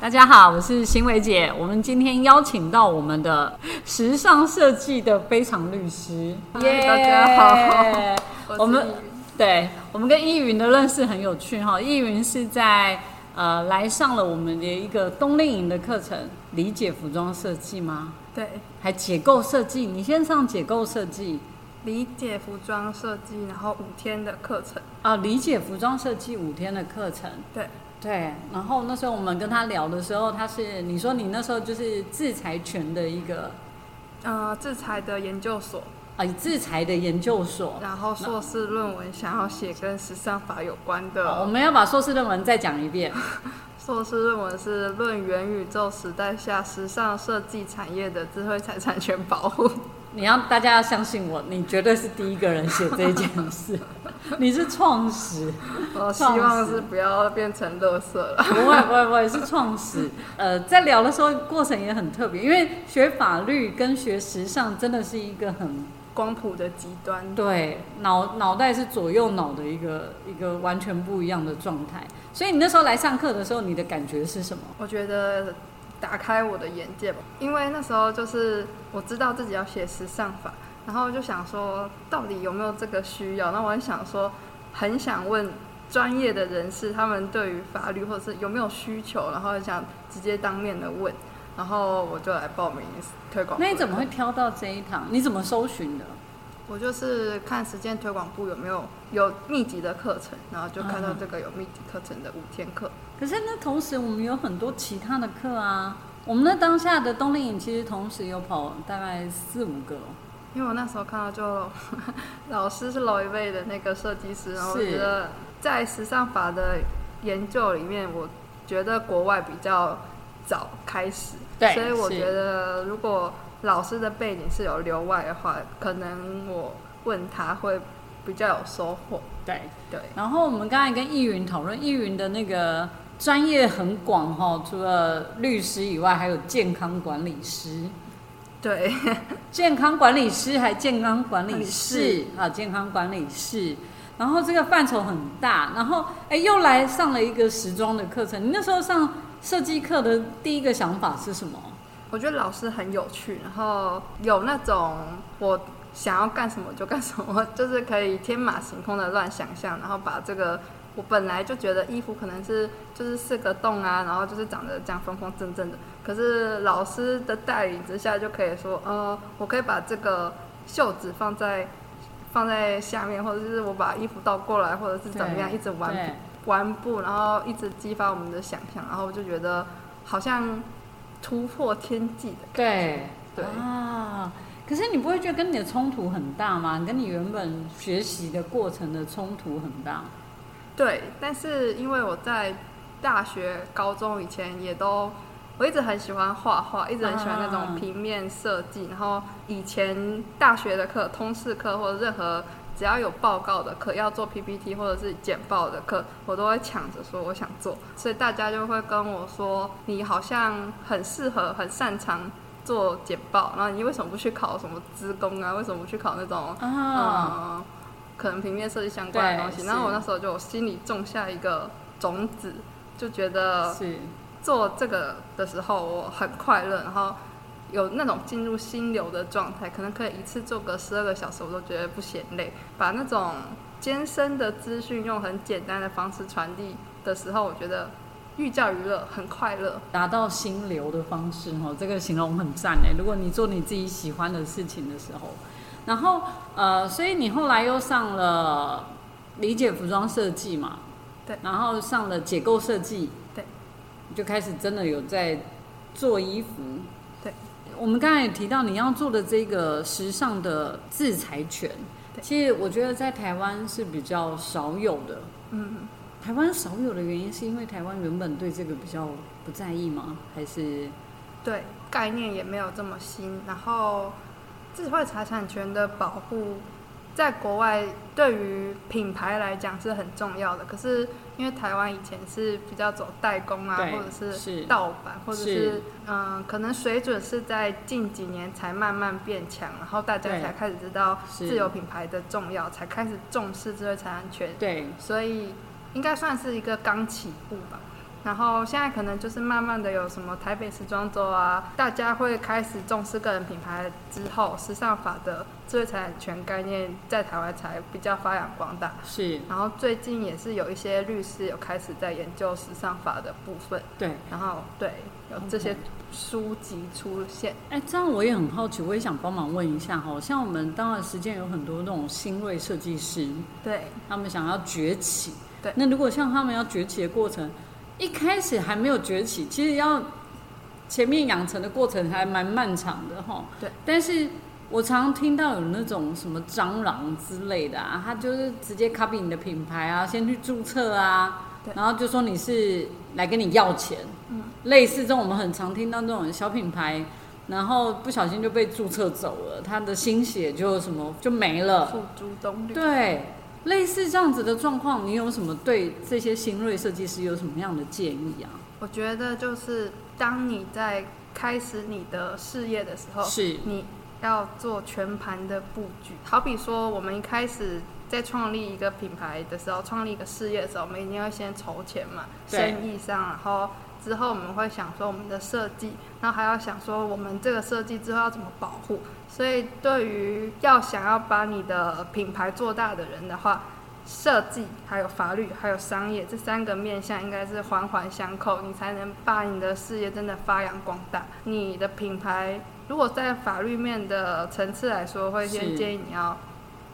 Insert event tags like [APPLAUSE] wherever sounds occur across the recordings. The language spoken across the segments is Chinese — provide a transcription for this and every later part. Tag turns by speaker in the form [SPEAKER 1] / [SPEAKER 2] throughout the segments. [SPEAKER 1] 大家好，我是邢伟姐。我们今天邀请到我们的时尚设计的非常律师，
[SPEAKER 2] 嗨大家好
[SPEAKER 1] 我
[SPEAKER 2] 我
[SPEAKER 1] 们
[SPEAKER 2] 是依
[SPEAKER 1] 对我们跟依云的认识很有趣哈。依云是在呃来上了我们的一个冬令营的课程，理解服装设计吗？
[SPEAKER 2] 对，
[SPEAKER 1] 还解构设计？你先上解构设计
[SPEAKER 2] 理解服装设计，然后五天的课程。
[SPEAKER 1] 啊？理解服装设计五天的课程。
[SPEAKER 2] 对，
[SPEAKER 1] 对，然后那时候我们跟他聊的时候，他是你说你那时候就是制裁权的一个
[SPEAKER 2] 呃，制裁的研究所，
[SPEAKER 1] 啊，制裁的研究所。
[SPEAKER 2] 然后硕士论文想要写跟时尚法有关
[SPEAKER 1] 好我
[SPEAKER 2] 的。
[SPEAKER 1] 们要把硕士论文再讲一遍。
[SPEAKER 2] 硕士论文是论元宇宙时代下时尚设计产业的智慧财产权保护。
[SPEAKER 1] 你要大家要相信我，你绝对是第一个人写这件事， [LAUGHS] 你是创始，
[SPEAKER 2] 我呃希
[SPEAKER 1] 创
[SPEAKER 2] 望
[SPEAKER 1] 始
[SPEAKER 2] 是不要变成垃圾了。
[SPEAKER 1] 不会不会不会是创始。呃，在聊的时候过程也很特别，因为学法律跟学时尚真的是一个很
[SPEAKER 2] 光谱的极端。
[SPEAKER 1] 对，脑脑袋是左右脑的一个一个完全不一样的状态。所以你那时候来上课的时候，你的感觉是什么？
[SPEAKER 2] 我觉得打开我的眼界吧，因为那时候就是我知道自己要写时尚法，然后就想说到底有没有这个需要，那我很想说，很想问专业的人士他们对于法律或者是有没有需求，然后很想直接当面的问，然后我就来报名推广。
[SPEAKER 1] 那你怎么会？挑到这一堂？你怎么搜寻的？
[SPEAKER 2] 我就是看实践推广部有没有有密集的课程，然后就看
[SPEAKER 1] 嗯
[SPEAKER 2] 到这个有密集课程的五天课。
[SPEAKER 1] 可是那同时我们有很多其他的课啊。我们那当下的冬令营其实同时有跑大概四五个哦、
[SPEAKER 2] 因为我那时候看到就 [LAUGHS] 老师是老一辈的那个设计师，然后我觉得在时尚法的研究里面，我觉得国外比较早开始，
[SPEAKER 1] 对
[SPEAKER 2] 所以我
[SPEAKER 1] 是
[SPEAKER 2] 觉得如果老师的背景是有留外的话，可能我问他会比较有收获。
[SPEAKER 1] 对，
[SPEAKER 2] 对，
[SPEAKER 1] 然后我们刚才跟易云讨论，易云的那个专业很广哈、除了律师以外，还有健康管理师。
[SPEAKER 2] 对，
[SPEAKER 1] 健康管理师还健康管理
[SPEAKER 2] 管理
[SPEAKER 1] 室啊，健康管理室。然后这个范畴很大，然后哎又来上了一个时装的课程。你那时候上设计课的第一个想法是什么？
[SPEAKER 2] 我觉得老师很有趣，然后有那种我想要干什么就干什么，就是可以天马行空的乱想象，然后把这个我本来就觉得衣服可能是就是四个洞啊，然后就是长得这样方方正正的，可是老师的带领之下就可以说，呃，我可以把这个袖子放在放在下面，或者是我把衣服倒过来，或者是怎么样，
[SPEAKER 1] 对
[SPEAKER 2] 一直玩
[SPEAKER 1] 对
[SPEAKER 2] 玩布，然后一直激发我们的想象，然后我就觉得好像突破天际的
[SPEAKER 1] 对
[SPEAKER 2] 对
[SPEAKER 1] 啊，可是你不会觉得跟你的冲突很大吗？跟你原本学习的过程的冲突很大。
[SPEAKER 2] 对，但是因为我在大学、高中以前也都，我一直很喜欢画画，一直很喜欢那
[SPEAKER 1] 啊
[SPEAKER 2] 种平面设计。然后以前大学的课、通识课或者任何只要有报告的课，要做 PPT 或者是简报的课，我都会抢着说我想做。所以大家就会跟我说，你好像很适合、很擅长。做简报，然后你为什么不去考什么资工啊？为什么不去考那种
[SPEAKER 1] 啊，
[SPEAKER 2] 嗯，可能平面设计相关的东
[SPEAKER 1] 对
[SPEAKER 2] 西。
[SPEAKER 1] 是
[SPEAKER 2] 然后我那时候就心里种下一个种子，就觉得
[SPEAKER 1] 啊是
[SPEAKER 2] 做这个的时候我很快乐，然后有那种进入心流的状态，可能可以一次做个十二个小时，我都觉得不嫌累。把那种艰深的资讯用很简单的方式传递的时候，我觉得寓教于乐，很快乐。
[SPEAKER 1] 达到心流的方式哦，这个形容很赞哎。如果你做你自己喜欢的事情的时候，然后呃，所以你后来又上了理解服装设计嘛，
[SPEAKER 2] 对
[SPEAKER 1] 然后上了解构设计，
[SPEAKER 2] 对，
[SPEAKER 1] 你就开始真的有在做衣服。
[SPEAKER 2] 对，
[SPEAKER 1] 我们刚才也提到你要做的这个时尚的制裁权，
[SPEAKER 2] 对
[SPEAKER 1] 其实我觉得在台湾是比较少有的。
[SPEAKER 2] 嗯，
[SPEAKER 1] 台湾少有的原因是因为台湾原本对这个比较不在意吗？还是
[SPEAKER 2] 对，概念也没有这么新。然后，智慧财产权的保护，在国外对于品牌来讲是很重要的。可是因为台湾以前是比较走代工啊，
[SPEAKER 1] 对
[SPEAKER 2] 或者
[SPEAKER 1] 是
[SPEAKER 2] 是盗版，或者
[SPEAKER 1] 是
[SPEAKER 2] 是嗯、可能水准是在近几年才慢慢变强，然后大家
[SPEAKER 1] 对
[SPEAKER 2] 才开始知道
[SPEAKER 1] 是
[SPEAKER 2] 自有品牌的重要，才开始重视智慧财产权。
[SPEAKER 1] 对
[SPEAKER 2] 所以应该算是一个刚起步吧。然后现在可能就是慢慢的有什么台北时装周啊，大家会开始重视个人品牌之后，时尚法的智慧财产权概念在台湾才比较发扬光大。
[SPEAKER 1] 是
[SPEAKER 2] 然后最近也是有一些律师有开始在研究时尚法的部分，
[SPEAKER 1] 对。
[SPEAKER 2] 然后对有这些
[SPEAKER 1] OK
[SPEAKER 2] 书籍出现，
[SPEAKER 1] 哎，这样我也很好奇，我也想帮忙问一下哈。像我们当然实践有很多那种新锐设计师，
[SPEAKER 2] 对
[SPEAKER 1] 他们想要崛起。
[SPEAKER 2] 对
[SPEAKER 1] 那如果像他们要崛起的过程，一开始还没有崛起，其实要前面养成的过程还蛮漫长的哈。
[SPEAKER 2] 对。
[SPEAKER 1] 但是我常听到有那种什么蟑螂之类的啊，他就是直接 copy 你的品牌啊，先去注册啊
[SPEAKER 2] 对，
[SPEAKER 1] 然后就说你是来跟你要钱。
[SPEAKER 2] 嗯。
[SPEAKER 1] 类似这种我们很常听到这种小品牌。然后不小心就被注册走了，他的心血就什么就没了，
[SPEAKER 2] 付诸东律。
[SPEAKER 1] 对，类似这样子的状况，你有什么对这些新锐设计师有什么样的建议啊？
[SPEAKER 2] 我觉得就是当你在开始你的事业的时候，
[SPEAKER 1] 是
[SPEAKER 2] 你要做全盘的布局。好比说，我们一开始在创立一个品牌的时候，创立一个事业的时候，我们一定要先筹钱嘛，
[SPEAKER 1] 对
[SPEAKER 2] 生意上，然后之后我们会想说我们的设计，然后还要想说我们这个设计之后要怎么保护。所以，对于要想要把你的品牌做大的人的话，设计、还有法律、还有商业这三个面向，应该是环环相扣，你才能把你的事业真的发扬光大。你的品牌如果在法律面的层次来说，会先
[SPEAKER 1] 是
[SPEAKER 2] 建议你要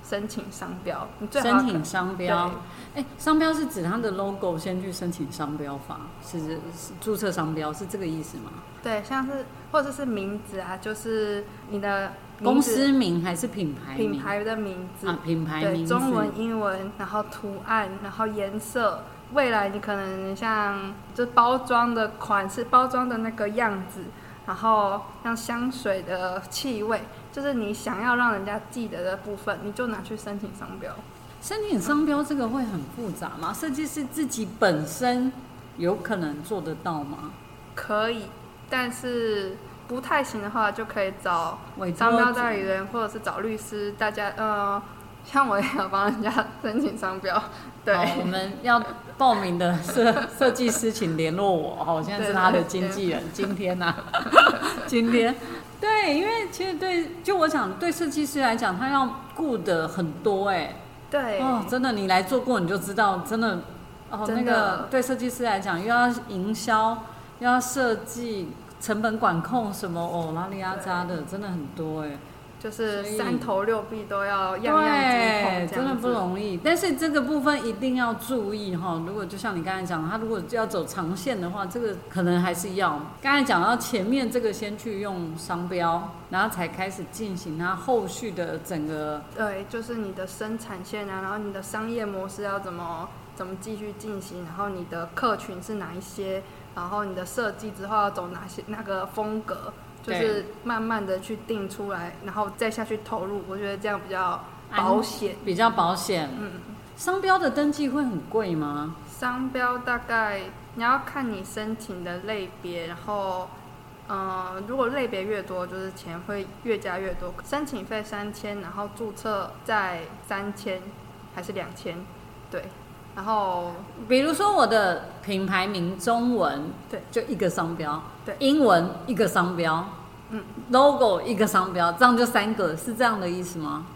[SPEAKER 2] 申请商标，你最好
[SPEAKER 1] 申请商标，哎，商标是指它的 logo 先去申请商标法，是是注册商标是这个意思吗？
[SPEAKER 2] 对，对像是或者是名字啊，就是你的名字
[SPEAKER 1] 公司名还是品牌名？
[SPEAKER 2] 品牌的名字，
[SPEAKER 1] 啊，品牌
[SPEAKER 2] 对，
[SPEAKER 1] 名字。
[SPEAKER 2] 中文、英文，然后图案，然后颜色。未来你可能像就包装的款式、包装的那个样子，然后像香水的气味，就是你想要让人家记得的部分，你就拿去申请商标。
[SPEAKER 1] 申请商标这个会很复杂吗？设计师自己本身有可能做得到吗？
[SPEAKER 2] 可以，但是不太行的话，就可以找
[SPEAKER 1] 委托
[SPEAKER 2] 商标代理人或者是找律师，大家呃，像我也有帮人家 [LAUGHS] 申请商标，对。
[SPEAKER 1] 好我们要报名的设设计师，请联络我。哦，我现在是他的经纪人。今天呢、啊 [LAUGHS] 今天，对，因为其实对，就我想，对设计师来讲，他要顾的很多哎、
[SPEAKER 2] 对，
[SPEAKER 1] 哦，真的，你来做过你就知道，真的，哦，那
[SPEAKER 2] 真的
[SPEAKER 1] 个对设计师来讲，又要营销，又要设计，成本管控什么，哦，拉里拉扎的，真的很多哎、
[SPEAKER 2] 就是
[SPEAKER 1] 所以
[SPEAKER 2] 三头六臂都要
[SPEAKER 1] 对，
[SPEAKER 2] 样样精通，这
[SPEAKER 1] 真的
[SPEAKER 2] 样
[SPEAKER 1] 不
[SPEAKER 2] 子。
[SPEAKER 1] 容易。但是这个部分一定要注意哈。如果就像你刚才讲，他如果要走长线的话，这个可能还是要刚才讲到前面这个先去用商标，然后才开始进行它后续的整个
[SPEAKER 2] 对，就是你的生产线啊，然后你的商业模式要怎么怎么继续进行，然后你的客群是哪一些，然后你的设计之后要走哪些那个风格，就
[SPEAKER 1] 对
[SPEAKER 2] 是慢慢的去定出来，然后再下去投入，我觉得这样比较保险。
[SPEAKER 1] 比较保险。
[SPEAKER 2] 嗯，
[SPEAKER 1] 商标的登记会很贵吗？
[SPEAKER 2] 商标大概你要看你申请的类别，然后，呃，如果类别越多，就是钱会越加越多。申请费三千，然后注册在三千还是两千？对，然后
[SPEAKER 1] 比如说我的品牌名中文，
[SPEAKER 2] 对，
[SPEAKER 1] 就一个商标，
[SPEAKER 2] 对
[SPEAKER 1] 英文一个商标，
[SPEAKER 2] 嗯
[SPEAKER 1] ，logo 一个商标，这样就三个，是这样的意思吗？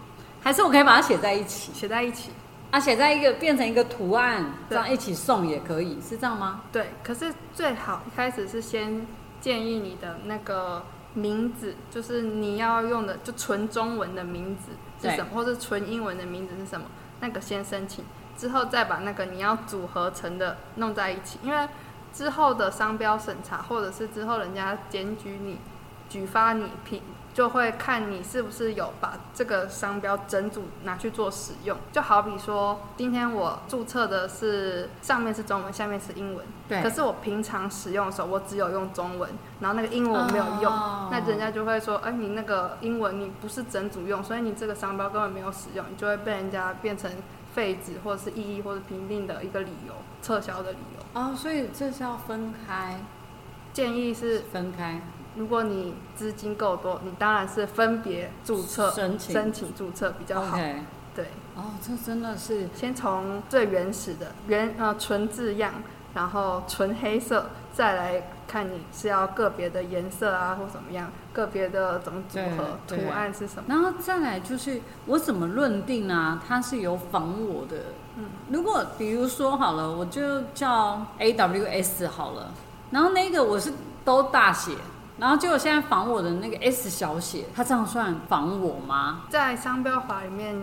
[SPEAKER 1] 还是我可以把它写在一起，
[SPEAKER 2] 写在一起。
[SPEAKER 1] 啊，写在一个变成一个图案，这
[SPEAKER 2] 对
[SPEAKER 1] 样一起送也可以，是这样吗？
[SPEAKER 2] 对，可是最好一开始是先建议你的那个名字，就是你要用的就纯中文的名字是什么，或是纯英文的名字是什么，那个先申请，之后再把那个你要组合成的弄在一起，因为之后的商标审查，或者是之后人家检举你、举发你品。就会看你是不是有把这个商标整组拿去做使用，就好比说，今天我注册的是上面是中文，下面是英文，可
[SPEAKER 1] 对，
[SPEAKER 2] 是我平常使用的时候，我只有用中文，然后那个英文我没有用，
[SPEAKER 1] 哦
[SPEAKER 2] 那人家就会说，哎、你那个英文你不是整组用，所以你这个商标根本没有使用，你就会被人家变成废纸或者是异议或者评定的一个理由，撤销的理由。
[SPEAKER 1] 哦，所以这是要分开，
[SPEAKER 2] 建议是，
[SPEAKER 1] 分开
[SPEAKER 2] 如果你资金够多，你当然是分别注册、
[SPEAKER 1] 申请
[SPEAKER 2] 申请注册比较好。
[SPEAKER 1] ，OK，
[SPEAKER 2] 对，
[SPEAKER 1] 哦，这真的是
[SPEAKER 2] 先从最原始的原呃纯字样，然后纯黑色，再来看你是要个别的颜色啊，或怎么样，个别的怎么组合，
[SPEAKER 1] 对对
[SPEAKER 2] 图案是什么？
[SPEAKER 1] 然后再来就是我怎么论定啊？它是有仿我的。
[SPEAKER 2] 嗯
[SPEAKER 1] 如果比如说好了，我就叫 AWS 好了，然后那个我是都大写，然后结果现在仿我的那个 S 小写，它这样算仿我吗？
[SPEAKER 2] 在商标法里面，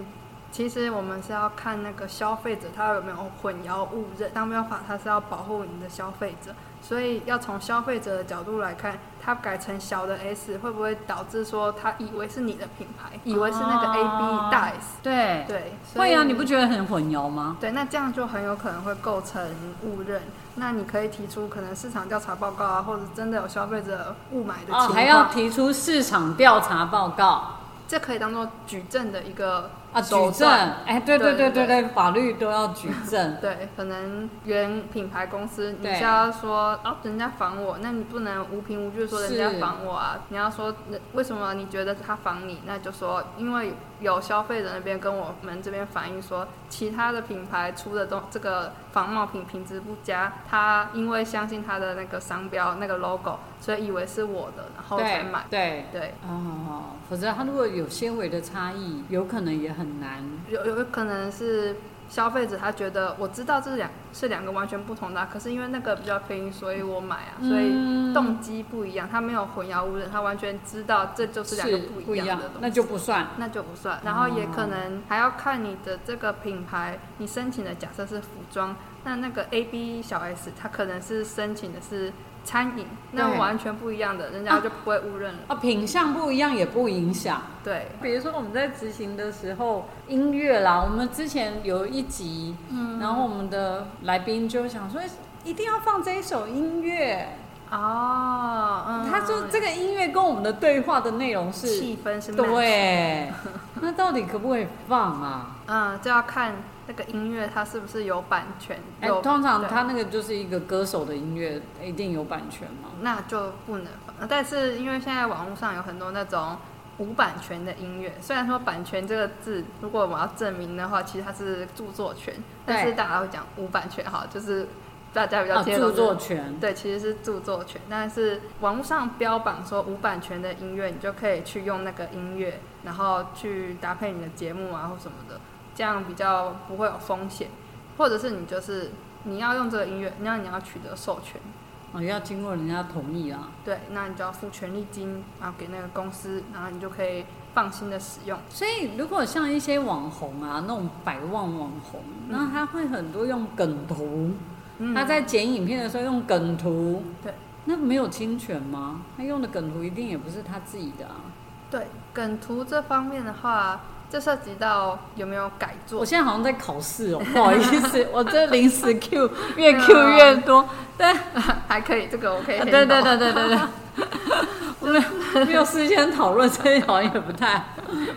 [SPEAKER 2] 其实我们是要看那个消费者他有没有混淆误认。商标法它是要保护你的消费者，所以要从消费者的角度来看，它改成小的 S 会不会导致说他以为是你的品牌，以为是那个 A
[SPEAKER 1] 哦
[SPEAKER 2] B 大 S？
[SPEAKER 1] 对，
[SPEAKER 2] 对，所以
[SPEAKER 1] 会啊，你不觉得很混淆吗？
[SPEAKER 2] 对，那这样就很有可能会构成误认。那你可以提出可能市场调查报告啊，或者真的有消费者误买的情
[SPEAKER 1] 哦，
[SPEAKER 2] 况，
[SPEAKER 1] 还要提出市场调查报告
[SPEAKER 2] 这可以当做举证的一个
[SPEAKER 1] 啊，举
[SPEAKER 2] 手
[SPEAKER 1] 证
[SPEAKER 2] 段。，
[SPEAKER 1] 哎，对对对
[SPEAKER 2] 对
[SPEAKER 1] 对
[SPEAKER 2] 对。
[SPEAKER 1] 对，法律都要举证
[SPEAKER 2] 对，可能原品牌公司，你
[SPEAKER 1] 对
[SPEAKER 2] 是要说哦，人家仿我，那你不能无凭无据说人
[SPEAKER 1] 是
[SPEAKER 2] 家仿我啊。你要说人为什么你觉得他仿你，那就说因为有消费者那边跟我们这边反映说，其他的品牌出的东这个仿冒品品质不佳，他因为相信他的那个商标那个 logo，所以以为是我的， [LAUGHS] 然后才
[SPEAKER 1] 对
[SPEAKER 2] 买。
[SPEAKER 1] 对
[SPEAKER 2] 对，
[SPEAKER 1] 哦，否则它如果有些微的差异，有可能也很难。
[SPEAKER 2] 有有可能是消费者他觉得我知道这两是两个完全不同的啊、可是因为那个比较便宜，所以我买啊，所以
[SPEAKER 1] 嗯
[SPEAKER 2] 动机不一样，他没有混淆误认，他完全知道这就是两个不
[SPEAKER 1] 不
[SPEAKER 2] 一
[SPEAKER 1] 一
[SPEAKER 2] 样
[SPEAKER 1] 样哦
[SPEAKER 2] 的，东
[SPEAKER 1] 那
[SPEAKER 2] 西。
[SPEAKER 1] 就不算。
[SPEAKER 2] 那就不算，然后也可能还要看你的这个品牌，你申请的假设是服装，那那个 A B 小 S 它可能是申请的是餐饮，那
[SPEAKER 1] 对
[SPEAKER 2] 完全不一样的，人家就不会误认了。
[SPEAKER 1] 啊，品相不一样也不影响。
[SPEAKER 2] 对，
[SPEAKER 1] 比如说我们在执行的时候，音乐啦，我们之前有一集，嗯，然后我们的来宾就想说，哎一定要放这一首音乐。
[SPEAKER 2] 哦，嗯，
[SPEAKER 1] 他说这个音乐跟我们的对话的内容是，
[SPEAKER 2] 气氛是 match
[SPEAKER 1] 对， [LAUGHS] 那到底可不可以放啊？
[SPEAKER 2] 嗯，就要看那个音乐它是不是有版权，
[SPEAKER 1] 哎、
[SPEAKER 2] 有、
[SPEAKER 1] 通常
[SPEAKER 2] 对
[SPEAKER 1] 他那个就是一个歌手的音乐，一定有版权嘛。
[SPEAKER 2] 那就不能放。但是因为现在网络上有很多那种无版权的音乐，虽然说版权这个字，如果我要证明的话，其实它是著作权，但是大家会讲无版权哈，就是大家比较
[SPEAKER 1] 啊，
[SPEAKER 2] 贴懂
[SPEAKER 1] 著
[SPEAKER 2] 的
[SPEAKER 1] 作权。
[SPEAKER 2] 对，其实是著作权，但是网络上标榜说无版权的音乐，你就可以去用那个音乐，然后去搭配你的节目啊或什么的，这样比较不会有风险。或者是你就是你要用这个音乐，那你要取得授权，
[SPEAKER 1] 哦，要经过人家同意啊。
[SPEAKER 2] 对，那你就要付权利金，然后给那个公司，然后你就可以放心的使用。
[SPEAKER 1] 所以，如果像一些网红啊，那种百万网红，那他会很多用梗图，
[SPEAKER 2] 嗯
[SPEAKER 1] 他在剪影片的时候用梗图，
[SPEAKER 2] 对，
[SPEAKER 1] 那没有侵权吗？他用的梗图一定也不是他自己的啊。
[SPEAKER 2] 对梗图这方面的话，这涉及到有没有改作
[SPEAKER 1] 我。现在好像在考试
[SPEAKER 2] [LAUGHS]
[SPEAKER 1] 哦，不好意思，我这临时 Q 越 Q
[SPEAKER 2] 啊
[SPEAKER 1] 越多，对，
[SPEAKER 2] 哎还可以，这个我可以
[SPEAKER 1] 啊 [LAUGHS]
[SPEAKER 2] handle。
[SPEAKER 1] 对对对对对
[SPEAKER 2] 哎
[SPEAKER 1] 对，我没有没有事先讨论，这好像也不太好。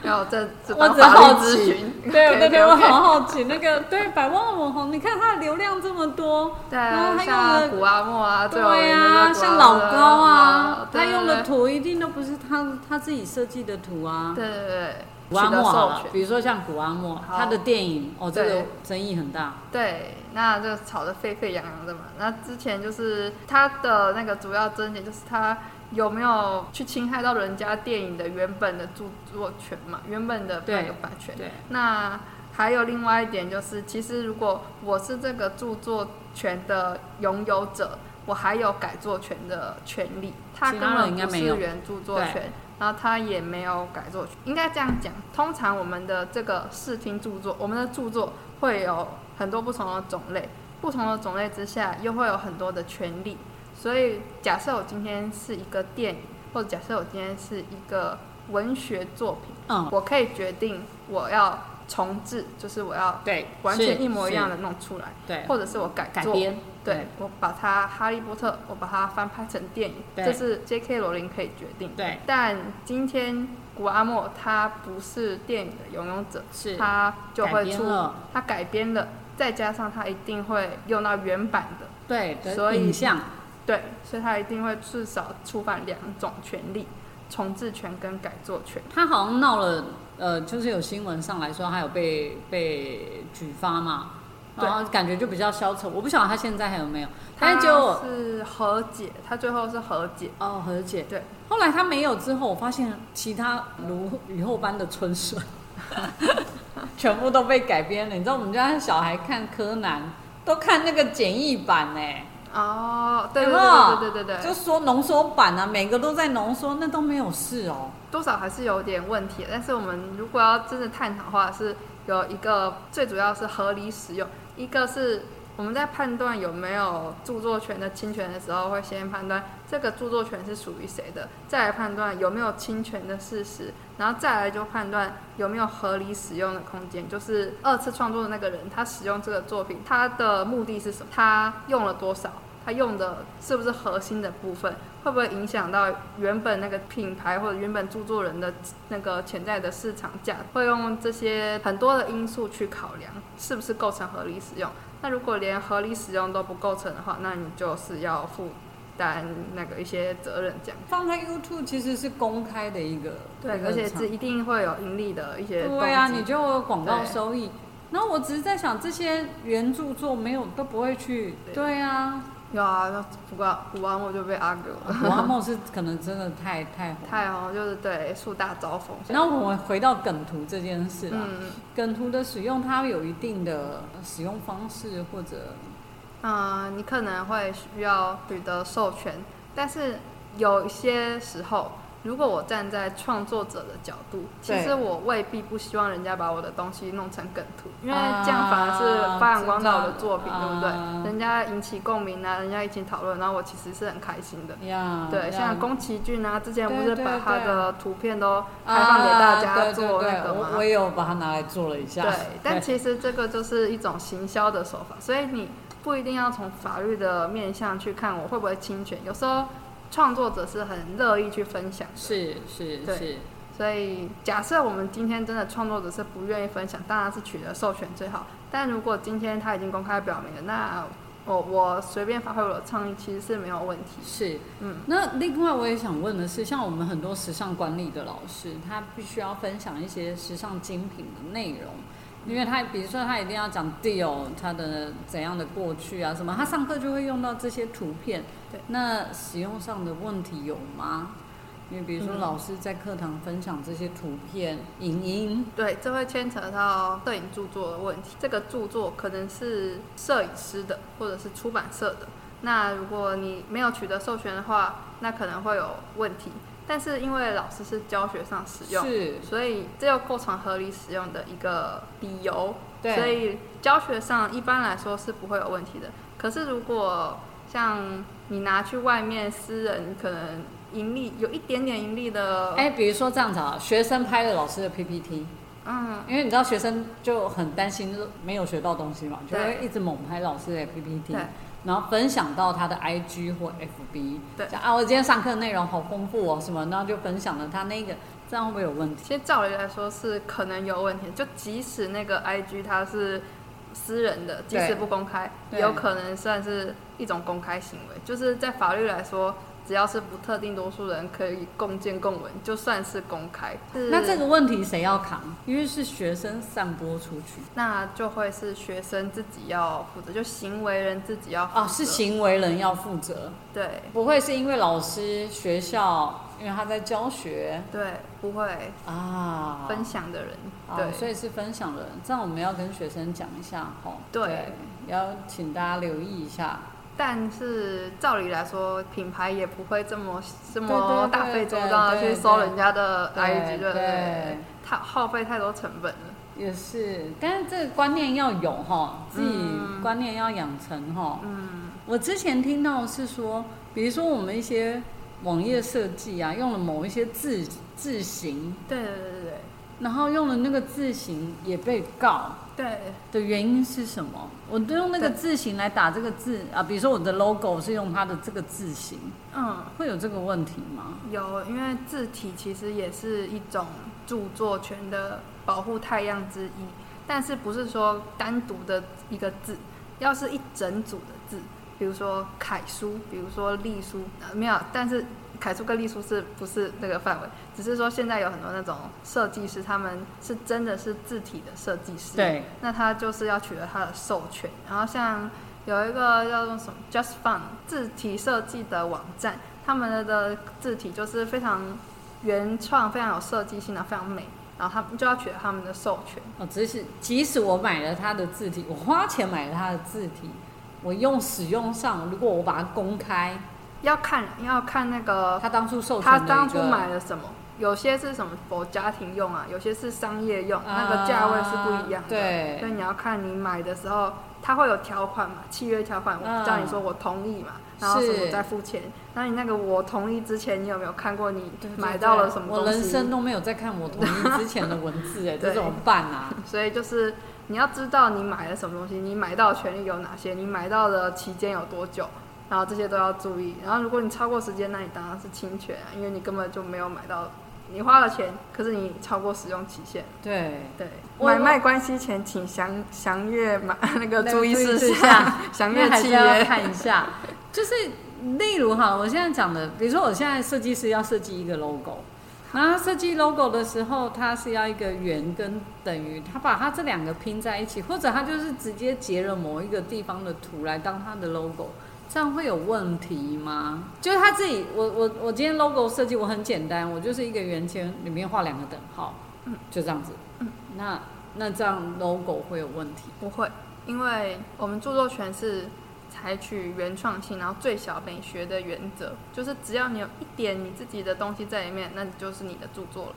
[SPEAKER 2] 然后这这
[SPEAKER 1] 我
[SPEAKER 2] 当
[SPEAKER 1] 只
[SPEAKER 2] 法律
[SPEAKER 1] 好
[SPEAKER 2] 咨
[SPEAKER 1] 奇
[SPEAKER 2] 询，
[SPEAKER 1] [LAUGHS]
[SPEAKER 2] [LAUGHS]
[SPEAKER 1] 对对对，
[SPEAKER 2] OK，OK，OK
[SPEAKER 1] 我好好奇那个对百万网红，你看他的流量这么多，
[SPEAKER 2] 对
[SPEAKER 1] 然
[SPEAKER 2] 啊，
[SPEAKER 1] 后他用
[SPEAKER 2] 像
[SPEAKER 1] 的
[SPEAKER 2] 古阿莫啊，最有名的
[SPEAKER 1] 对
[SPEAKER 2] 就是古阿莫
[SPEAKER 1] 像老高啊，
[SPEAKER 2] 对
[SPEAKER 1] 他用的
[SPEAKER 2] 对
[SPEAKER 1] 图一定都不是他他自己设计的图啊。
[SPEAKER 2] 对对对，
[SPEAKER 1] 古阿
[SPEAKER 2] 取得
[SPEAKER 1] 莫啊好
[SPEAKER 2] 授
[SPEAKER 1] 了
[SPEAKER 2] 权，
[SPEAKER 1] 比如说像古阿莫，
[SPEAKER 2] 好
[SPEAKER 1] 他的电影哦，这
[SPEAKER 2] 对
[SPEAKER 1] 个争议很大。
[SPEAKER 2] 对，那就吵得沸沸扬扬的嘛。那之前就是他的那个主要争点，就是他有没有去侵害到人家电影的原本的著作权嘛，原本的那
[SPEAKER 1] 对
[SPEAKER 2] 个版权。
[SPEAKER 1] 对，
[SPEAKER 2] 那还有另外一点就是，其实如果我是这个著作权的拥有者，我还有改作权的权利。它
[SPEAKER 1] 其
[SPEAKER 2] 根
[SPEAKER 1] 他人应
[SPEAKER 2] 本
[SPEAKER 1] 该
[SPEAKER 2] 不
[SPEAKER 1] 没
[SPEAKER 2] 是
[SPEAKER 1] 有
[SPEAKER 2] 原著作权，然后它也没有改作权。应该这样讲，通常我们的这个视听著作，我们的著作会有很多不同的种类，不同的种类之下又会有很多的权利。所以，假设我今天是一个电影，或者假设我今天是一个文学作品。
[SPEAKER 1] 嗯，
[SPEAKER 2] 我可以决定我要重置，就是我要
[SPEAKER 1] 对，
[SPEAKER 2] 完全一模一样
[SPEAKER 1] 的，
[SPEAKER 2] 的弄出来，
[SPEAKER 1] 对，
[SPEAKER 2] 或者是我改
[SPEAKER 1] 改
[SPEAKER 2] 作
[SPEAKER 1] 编，
[SPEAKER 2] 对我把它《哈利波特》，我把它翻拍成电影，
[SPEAKER 1] 对
[SPEAKER 2] 这是 J.K. 罗琳可以决定。
[SPEAKER 1] 对，
[SPEAKER 2] 但今天古阿莫他不是电影的拥有者，
[SPEAKER 1] 是
[SPEAKER 2] 他就
[SPEAKER 1] 改
[SPEAKER 2] 会
[SPEAKER 1] 编
[SPEAKER 2] 出
[SPEAKER 1] 了，
[SPEAKER 2] 他改编了，再加上他一定会用到原版的，
[SPEAKER 1] 对，的
[SPEAKER 2] 所以
[SPEAKER 1] 影像
[SPEAKER 2] 对，所以他一定会至少触犯两种权利：重置权跟改作权。
[SPEAKER 1] 他好像闹了，呃，就是有新闻上来说，他有被被举发嘛。
[SPEAKER 2] 对
[SPEAKER 1] 然后感觉就比较消沉。我不晓得他现在还有没有，但
[SPEAKER 2] 他
[SPEAKER 1] 是就是
[SPEAKER 2] 啊和解，他最后是和解。
[SPEAKER 1] 哦和解。
[SPEAKER 2] 对，
[SPEAKER 1] 后来他没有之后，我发现其他如雨后般的春笋， [LAUGHS] 全部都被改编了。你知道我们家小孩看柯南，都看那个简易版呢、
[SPEAKER 2] 哦，对
[SPEAKER 1] 有
[SPEAKER 2] 对
[SPEAKER 1] 没有
[SPEAKER 2] 对对对对
[SPEAKER 1] 就
[SPEAKER 2] 对，
[SPEAKER 1] 说浓缩版啊，每个都在浓缩，那都没有事哦。
[SPEAKER 2] 多少还是有点问题。但是我们如果要真的探讨的话，是有一个最主要是合理使用，一个是我们在判断有没有著作权的侵权的时候，会先判断这个著作权是属于谁的，再来判断有没有侵权的事实，然后再来就判断有没有合理使用的空间。就是二次创作的那个人，他使用这个作品，他的目的是什么？他用了多少？他用的是不是核心的部分？会不会影响到原本那个品牌或者原本著作人的那个潜在的市场价？会用这些很多的因素去考量，是不是构成合理使用？那如果连合理使用都不构成的话，那你就是要负担那个一些责任，这样。
[SPEAKER 1] 放在 YouTube 其实是公开的一个，一
[SPEAKER 2] 对，
[SPEAKER 1] 个
[SPEAKER 2] 而且
[SPEAKER 1] 场
[SPEAKER 2] 是一定会有盈利的一些动机。
[SPEAKER 1] 对啊，你就有广告
[SPEAKER 2] 对
[SPEAKER 1] 收益。然后我只是在想，这些原著作没有都不会去，
[SPEAKER 2] 对
[SPEAKER 1] 对
[SPEAKER 2] [LAUGHS]
[SPEAKER 1] 啊，
[SPEAKER 2] 有啊，不过古玩我就被 argue 了，
[SPEAKER 1] 古阿莫是可能真的太太红。
[SPEAKER 2] 太好，就是对树大招风。
[SPEAKER 1] 然后我们回到梗图这件事啊，
[SPEAKER 2] 嗯
[SPEAKER 1] 梗图的使用它有一定的使用方式或者
[SPEAKER 2] 嗯、你可能会需要取得授权，但是有一些时候，如果我站在创作者的角度，其
[SPEAKER 1] 对
[SPEAKER 2] 实我未必不希望人家把我的东西弄成梗图，因为这样反而是发扬光大我的作品，对不
[SPEAKER 1] 啊
[SPEAKER 2] 对？人家引起共鸣啊，人家一起讨论，然后我其实是很开心的。
[SPEAKER 1] 呀，
[SPEAKER 2] 对，像宫崎骏啊，之前不是
[SPEAKER 1] 啊对对
[SPEAKER 2] 把他的图片都
[SPEAKER 1] 啊
[SPEAKER 2] 开放给大家
[SPEAKER 1] 对对
[SPEAKER 2] 做
[SPEAKER 1] 对
[SPEAKER 2] 那个吗？
[SPEAKER 1] 我我也有把它拿来做了一下。
[SPEAKER 2] 对，但其实这个就是一种行销的手法，所以你不一定要从法律的面向去看我会不会侵权。有时候创作者是很乐意去分享，
[SPEAKER 1] 是是
[SPEAKER 2] 对
[SPEAKER 1] 是，
[SPEAKER 2] 所以假设我们今天真的创作者是不愿意分享，当然是取得授权最好。但如果今天他已经公开表明了，那我我随便发挥我的创意其实是没有问题。
[SPEAKER 1] 是，
[SPEAKER 2] 嗯，
[SPEAKER 1] 那另外我也想问的是，像我们很多时尚管理的老师，他必须要分享一些时尚精品的内容，因为他比如说他一定要讲 Dior 他的怎样的过去啊什么，他上课就会用到这些图片。
[SPEAKER 2] 对，
[SPEAKER 1] 那使用上的问题有吗？因为比如说
[SPEAKER 2] 嗯
[SPEAKER 1] 老师在课堂分享这些图片、影音，
[SPEAKER 2] 对，这会牵扯到摄影著作的问题。这个著作可能是摄影师的，或者是出版社的。那如果你没有取得授权的话，那可能会有问题。但是因为老师是教学上使用，
[SPEAKER 1] 是，
[SPEAKER 2] 所以这又构成合理使用的一个理由。
[SPEAKER 1] 对，
[SPEAKER 2] 所以教学上一般来说是不会有问题的。可是如果像你拿去外面私人，可能盈利有一点点盈利的，
[SPEAKER 1] 哎、比如说这样子啊，学生拍了老师的 PPT，
[SPEAKER 2] 嗯，
[SPEAKER 1] 因为你知道学生就很担心没有学到东西嘛，就
[SPEAKER 2] 对
[SPEAKER 1] 会一直猛拍老师的 PPT，
[SPEAKER 2] 对
[SPEAKER 1] 然后分享到他的 IG 或 FB，
[SPEAKER 2] 对
[SPEAKER 1] 讲啊我今天上课的内容好丰富哦什么，然后就分享了他那个，这样会不会有问题？
[SPEAKER 2] 其实照理来说是可能有问题，就即使那个 IG 它是私人的，即使不公开，
[SPEAKER 1] 对
[SPEAKER 2] 也有可能算是一种公开行为。就是在法律来说，只要是不特定多数人可以共建共文，就算是公开。是
[SPEAKER 1] 那这个问题谁要扛？因为是学生散播出去
[SPEAKER 2] 那就会是学生自己要负责，就行为人自己要负责。
[SPEAKER 1] 啊，是行为人要负责，
[SPEAKER 2] 哦对
[SPEAKER 1] 不会是因为老师、学校，因为他在教学
[SPEAKER 2] 对，不会
[SPEAKER 1] 啊，
[SPEAKER 2] 分享的人，
[SPEAKER 1] 哦，
[SPEAKER 2] 对
[SPEAKER 1] 所以是分享人，这样我们要跟学生讲一下哦。
[SPEAKER 2] 对
[SPEAKER 1] 要请大家留意一下。
[SPEAKER 2] 但是照理来说，品牌也不会这么这
[SPEAKER 1] 对对
[SPEAKER 2] 么
[SPEAKER 1] 对
[SPEAKER 2] 大费周章的去搜人家的
[SPEAKER 1] 对
[SPEAKER 2] IG，对
[SPEAKER 1] 对
[SPEAKER 2] 不对？太耗费太多成本了。
[SPEAKER 1] 也是，但是这个观念要有哈，自己
[SPEAKER 2] 嗯
[SPEAKER 1] 观念要养成哈。
[SPEAKER 2] 嗯，
[SPEAKER 1] 我之前听到是说，比如说我们一些网页设计啊，用了某一些字字形，
[SPEAKER 2] 对对对对
[SPEAKER 1] 然后用了那个字形也被告
[SPEAKER 2] 对对
[SPEAKER 1] 的原因是什么？我都用那个
[SPEAKER 2] 对
[SPEAKER 1] 字形来打这个字啊，比如说我的 logo 是用它的这个字形，
[SPEAKER 2] 嗯，
[SPEAKER 1] 会有这个问题吗？
[SPEAKER 2] 有，因为字体其实也是一种著作权的保护太阳之一，但是不是说单独的一个字，要是一整组的字，比如说楷书，比如说隶书，呃没有，但是凯叔跟丽叔是不是那个范围？只是说现在有很多那种设计师，他们是真的是字体的设计师，，
[SPEAKER 1] 对，
[SPEAKER 2] 那他就是要取得他的授权。然后像有一个叫做什么 Just Fun 字体设计的网站，他们的字体就是非常原创、非常有设计性，然后非常美，然后他们就要取得他们的授权。
[SPEAKER 1] 哦，只是即使我买了它的字体，我花钱买了它的字体，我用使用上，如果我把它公开，
[SPEAKER 2] 要看要看那个
[SPEAKER 1] 他当初授权
[SPEAKER 2] 他
[SPEAKER 1] 的
[SPEAKER 2] 当初
[SPEAKER 1] 一个
[SPEAKER 2] 买了什么，有些是什么否家庭用啊，有些是商业用，那个价位是不一样
[SPEAKER 1] 啊
[SPEAKER 2] 的。所
[SPEAKER 1] 对，
[SPEAKER 2] 以你要看你买的时候，它会有条款嘛，契约条款，我
[SPEAKER 1] 嗯
[SPEAKER 2] 叫你说我同意嘛，然后什么
[SPEAKER 1] 是
[SPEAKER 2] 再付钱。那你那个我同意之前，你有没有看过你
[SPEAKER 1] 对对
[SPEAKER 2] 买
[SPEAKER 1] 对
[SPEAKER 2] 到了什么
[SPEAKER 1] 我
[SPEAKER 2] 东
[SPEAKER 1] 人生
[SPEAKER 2] 西？
[SPEAKER 1] 都没有在看我同意之前的文字，
[SPEAKER 2] [LAUGHS]
[SPEAKER 1] 哎，
[SPEAKER 2] 对
[SPEAKER 1] 这怎么办啊？
[SPEAKER 2] 所以就是你要知道你买了什么东西，你买到的权利有哪些，你买到的期间有多久，然后这些都要注意。然后如果你超过时间，那你当然是侵权、啊，因为你根本就没有买到，你花了钱，可是你超过使用期限。
[SPEAKER 1] 对，
[SPEAKER 2] 对，
[SPEAKER 1] 我
[SPEAKER 2] 买卖关系前请详详阅买 [LAUGHS] 那
[SPEAKER 1] 那
[SPEAKER 2] 个
[SPEAKER 1] 个
[SPEAKER 2] 注意
[SPEAKER 1] 注意
[SPEAKER 2] 事
[SPEAKER 1] 事
[SPEAKER 2] 项
[SPEAKER 1] 项、
[SPEAKER 2] 详阅
[SPEAKER 1] 那还
[SPEAKER 2] 契
[SPEAKER 1] 是要
[SPEAKER 2] 约。
[SPEAKER 1] 看一下，就是例如哈，我现在讲的，比如说我现在设计师要设计一个 logo，然后他设计 logo 的时候，他是要一个圆跟等于，他把它这两个拼在一起，或者他就是直接截了某一个地方的图来当他的 logo。这样会有问题吗？就是他自己，我我我今天 logo 设计我很简单，我就是一个圆圈里面画两个等号，
[SPEAKER 2] 嗯
[SPEAKER 1] 就这样子。
[SPEAKER 2] 嗯
[SPEAKER 1] 那那这样 logo 会有问题？
[SPEAKER 2] 不会，因为我们著作权是采取原创性，然后最小美学的原则，就是只要你有一点你自己的东西在里面，那你就是你的著作了。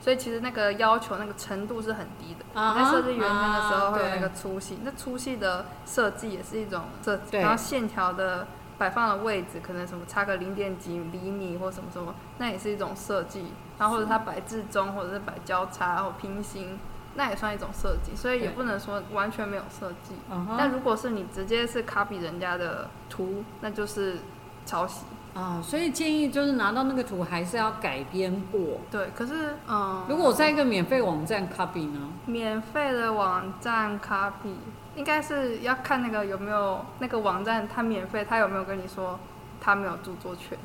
[SPEAKER 2] 所以其实那个要求那个程度是很低的。
[SPEAKER 1] 啊
[SPEAKER 2] 你在设计圆圈的时候
[SPEAKER 1] 啊
[SPEAKER 2] 会有那
[SPEAKER 1] 对
[SPEAKER 2] 个粗细，那粗细的设计也是一种设计，
[SPEAKER 1] 对
[SPEAKER 2] 然后线条的摆放的位置可能什么差个零点几厘米或什么什么，那也是一种设计。然后或者它摆至中，或者是摆交叉或平行，那也算一种设计。所以也
[SPEAKER 1] 对
[SPEAKER 2] 不能说完全没有设计。
[SPEAKER 1] 嗯哼
[SPEAKER 2] 但如果是你直接是 copy 人家的图，那就是抄袭。
[SPEAKER 1] 啊、所以建议就是拿到那个图还是要改编过。
[SPEAKER 2] 对，可是嗯，
[SPEAKER 1] 如果我在一个免费网站 copy 呢？
[SPEAKER 2] 免费的网站 copy，应该是要看那个有没有那个网站它免费，它有没有跟你说它没有著作权，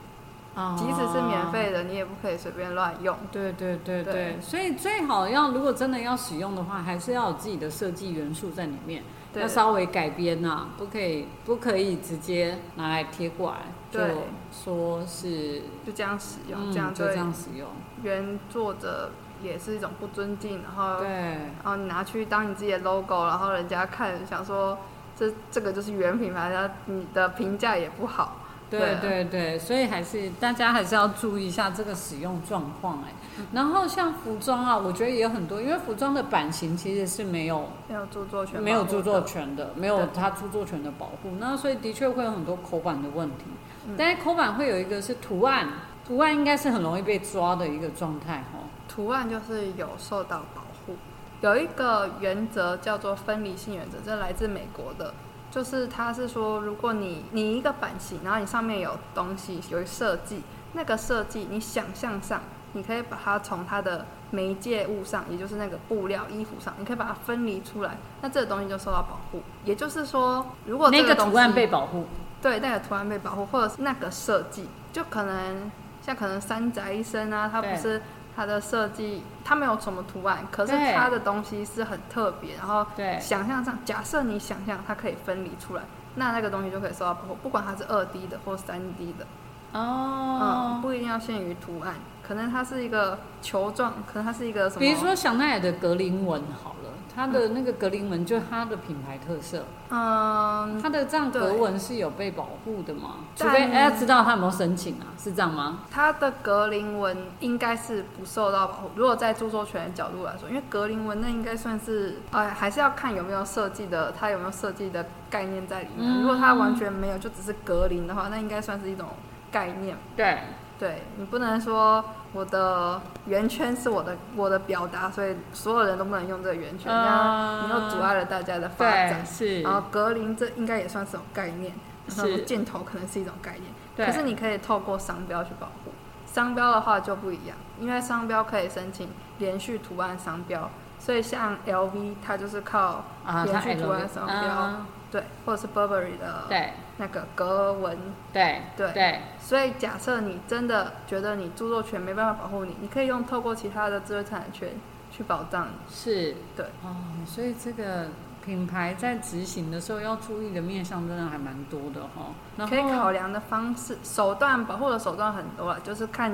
[SPEAKER 1] 啊
[SPEAKER 2] 即使是免。费的，你也不可以随便乱用。
[SPEAKER 1] 对对对
[SPEAKER 2] 对
[SPEAKER 1] 对，所以最好要如果真的要使用的话，还是要有自己的设计元素在里面，
[SPEAKER 2] 对
[SPEAKER 1] 要，稍微改编呐、不可以不可以直接拿来贴过来，就
[SPEAKER 2] 对
[SPEAKER 1] 说是
[SPEAKER 2] 就这样使用，
[SPEAKER 1] 嗯
[SPEAKER 2] 这样
[SPEAKER 1] 就这
[SPEAKER 2] 对
[SPEAKER 1] 样使用，
[SPEAKER 2] 原作者也是一种不尊敬，然后
[SPEAKER 1] 对。
[SPEAKER 2] 然后你拿去当你自己的 logo，然后人家看想说这这个就是原品牌，然后你的评价也不好。对啊
[SPEAKER 1] 对对对，所以还是大家还是要注意一下这个使用状况哎。
[SPEAKER 2] 嗯
[SPEAKER 1] 然后像服装啊，我觉得也有很多，因为服装的版型其实是没有
[SPEAKER 2] 没有著作权，
[SPEAKER 1] 没有著作，权的，没
[SPEAKER 2] 对
[SPEAKER 1] 有它著作权的保护，那所以的确会有很多口版的问题
[SPEAKER 2] 嗯。
[SPEAKER 1] 但是口版会有一个是图案，图案应该是很容易被抓的一个状态哦。
[SPEAKER 2] 图案就是有受到保护。有一个原则叫做分离性原则，这来自美国的，就是它是说，如果你你一个版型，然后你上面有东西有设计，那个设计你想象上，你可以把它从它的媒介物上，也就是那个布料、衣服上，你可以把它分离出来，那这个东西就受到保护。也就是说，如果这
[SPEAKER 1] 那个
[SPEAKER 2] 东西
[SPEAKER 1] 图案被保护，
[SPEAKER 2] 对那个图案被保护，或者是那个设计，就可能像可能山宅医生啊，他不
[SPEAKER 1] 对
[SPEAKER 2] 是他的设计，他没有什么图案，可是
[SPEAKER 1] 对
[SPEAKER 2] 他的东西是很特别，然后
[SPEAKER 1] 对
[SPEAKER 2] 想象上，假设你想象它可以分离出来，那那个东西就可以受到保护，不管它是二 D 的或三 D 的，嗯，
[SPEAKER 1] 哦。
[SPEAKER 2] 不一定要限于图案，可能它是一个球状，可能它是一个什么，
[SPEAKER 1] 比如说香奈儿的格林纹好了，它的那个格林纹就是它的品牌特色。
[SPEAKER 2] 嗯，
[SPEAKER 1] 它的这样格
[SPEAKER 2] 对
[SPEAKER 1] 纹是有被保护的吗？除
[SPEAKER 2] 但
[SPEAKER 1] 非哎、知道他有没有申请啊，是这样吗？
[SPEAKER 2] 它的格林纹应该是不受到保护。如果在著作权的角度来说，因为格林纹那应该算是，呃，还是要看有没有设计的，它有没有设计的概念在里面。
[SPEAKER 1] 嗯
[SPEAKER 2] 如果它完全没有，就只是格林的话，那应该算是一种概念。
[SPEAKER 1] 对，
[SPEAKER 2] 对你不能说我的圆圈是我的我的表达，所以所有人都不能用这个圆圈，这样
[SPEAKER 1] 啊
[SPEAKER 2] 你又阻碍了大家的发展
[SPEAKER 1] 对，。是
[SPEAKER 2] 然后格林这应该也算是种概念，然后
[SPEAKER 1] 是
[SPEAKER 2] 箭头可能是一种概念，
[SPEAKER 1] 对
[SPEAKER 2] 可是你可以透过商标去保护。商标的话就不一样，因为商标可以申请连续图案商标，所以像 LV 它就是靠
[SPEAKER 1] 啊，
[SPEAKER 2] 连
[SPEAKER 1] 它
[SPEAKER 2] 续图案
[SPEAKER 1] LV
[SPEAKER 2] 商标
[SPEAKER 1] 啊
[SPEAKER 2] 对，或者是 Burberry 的
[SPEAKER 1] 对
[SPEAKER 2] 那个格纹。
[SPEAKER 1] 嗯对
[SPEAKER 2] 对
[SPEAKER 1] 对
[SPEAKER 2] 所以假设你真的觉得你著作权没办法保护你，你可以用透过其他的知识产权去保障你。
[SPEAKER 1] 是，
[SPEAKER 2] 对
[SPEAKER 1] 哦，所以这个品牌在执行的时候要注意的面向真的还蛮多的哈、然后
[SPEAKER 2] 可以考量的方式、手段保护的手段很多了，就是看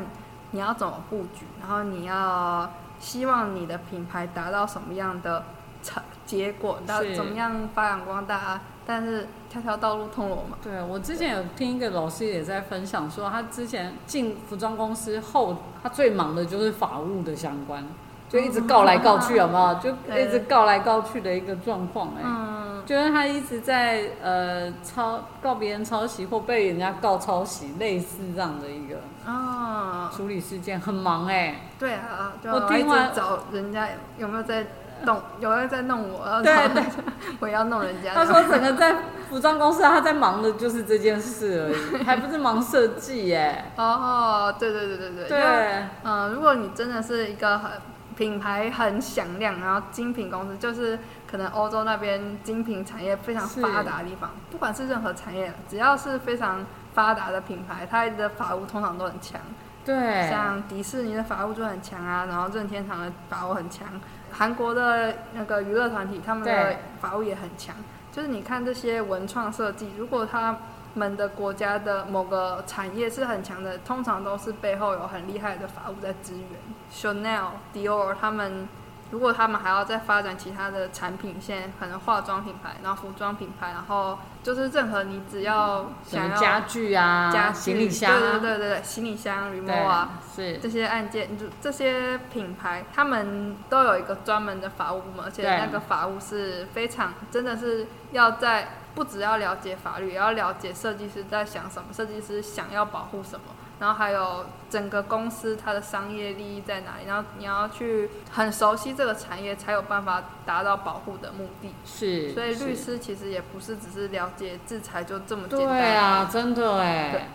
[SPEAKER 2] 你要怎么布局，然后你要希望你的品牌达到什么样的成结果，到
[SPEAKER 1] 是
[SPEAKER 2] 怎么样发扬光大啊。但是条条道路通罗马，
[SPEAKER 1] 对，我之前有听一个老师也在分享说，他之前进服装公司后，他最忙的就是法务的相关，就一直告来告
[SPEAKER 2] 哦
[SPEAKER 1] 去，有没有？就一直告来告去的一个状况、哎、
[SPEAKER 2] 嗯，
[SPEAKER 1] 就是他一直在呃抄告别人抄袭或被人家告抄袭，类似这样的一个
[SPEAKER 2] 哦，
[SPEAKER 1] 处理事件，很忙哎、
[SPEAKER 2] 对啊，对
[SPEAKER 1] 我
[SPEAKER 2] 啊，
[SPEAKER 1] 听
[SPEAKER 2] 一直
[SPEAKER 1] 完
[SPEAKER 2] 找人家有没有在弄，有没有在弄我，然后
[SPEAKER 1] 对对
[SPEAKER 2] [LAUGHS] 我也要弄人家。
[SPEAKER 1] 他说整个在服装公司他在忙的就是这件事而已，还不是忙设计哎、
[SPEAKER 2] 哦，对对对对对，因为
[SPEAKER 1] 对，
[SPEAKER 2] 嗯，如果你真的是一个很品牌很响亮，然后精品公司，就是可能欧洲那边精品产业非常
[SPEAKER 1] 是
[SPEAKER 2] 发达的地方，不管是任何产业，只要是非常发达的品牌，它的法务通常都很强，
[SPEAKER 1] 对，
[SPEAKER 2] 像迪士尼的法务就很强啊，然后任天堂的法务很强，韩国的那个娱乐团体他们的
[SPEAKER 1] 对
[SPEAKER 2] 法务也很强。就是你看这些文创设计，如果他们的国家的某个产业是很强的，通常都是背后有很厉害的法务在支援。Chanel、Dior 他们，如果他们还要再发展其他的产品线，可能化妆品牌，然后服装品牌，然后就是任何你只要
[SPEAKER 1] 什
[SPEAKER 2] 想
[SPEAKER 1] 么
[SPEAKER 2] 要
[SPEAKER 1] 家具啊、
[SPEAKER 2] 家具
[SPEAKER 1] 行李箱啊，
[SPEAKER 2] 对对对对对，行李箱、remote 啊，
[SPEAKER 1] 是，
[SPEAKER 2] 这些案件，就这些品牌，他们都有一个专门的法务部门，而且
[SPEAKER 1] 对
[SPEAKER 2] 那个法务是非常，真的是要在不只要了解法律，也要了解设计师在想什么，设计师想要保护什么，然后还有整个公司它的商业利益在哪里，然后你要去很熟悉这个产业，才有办法达到保护的目的。
[SPEAKER 1] 是，
[SPEAKER 2] 所以律
[SPEAKER 1] 是
[SPEAKER 2] 师其实也不是只是了解制裁就这么简单。
[SPEAKER 1] 对啊，真的
[SPEAKER 2] 对
[SPEAKER 1] 哎，